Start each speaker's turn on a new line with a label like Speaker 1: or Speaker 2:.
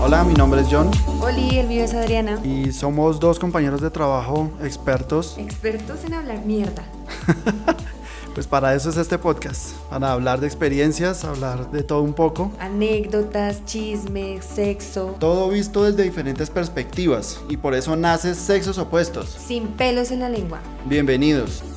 Speaker 1: Hola, mi nombre es John
Speaker 2: Oli, el mío es Adriana.
Speaker 1: y somos dos compañeros de trabajo expertos.
Speaker 2: Expertos en hablar mierda.
Speaker 1: Pues para eso es este podcast, para hablar de experiencias, hablar de todo un poco.
Speaker 2: Anécdotas, chismes, sexo.
Speaker 1: Todo visto desde diferentes perspectivas y por eso nace Sexos Opuestos.
Speaker 2: Sin pelos en la lengua.
Speaker 1: Bienvenidos.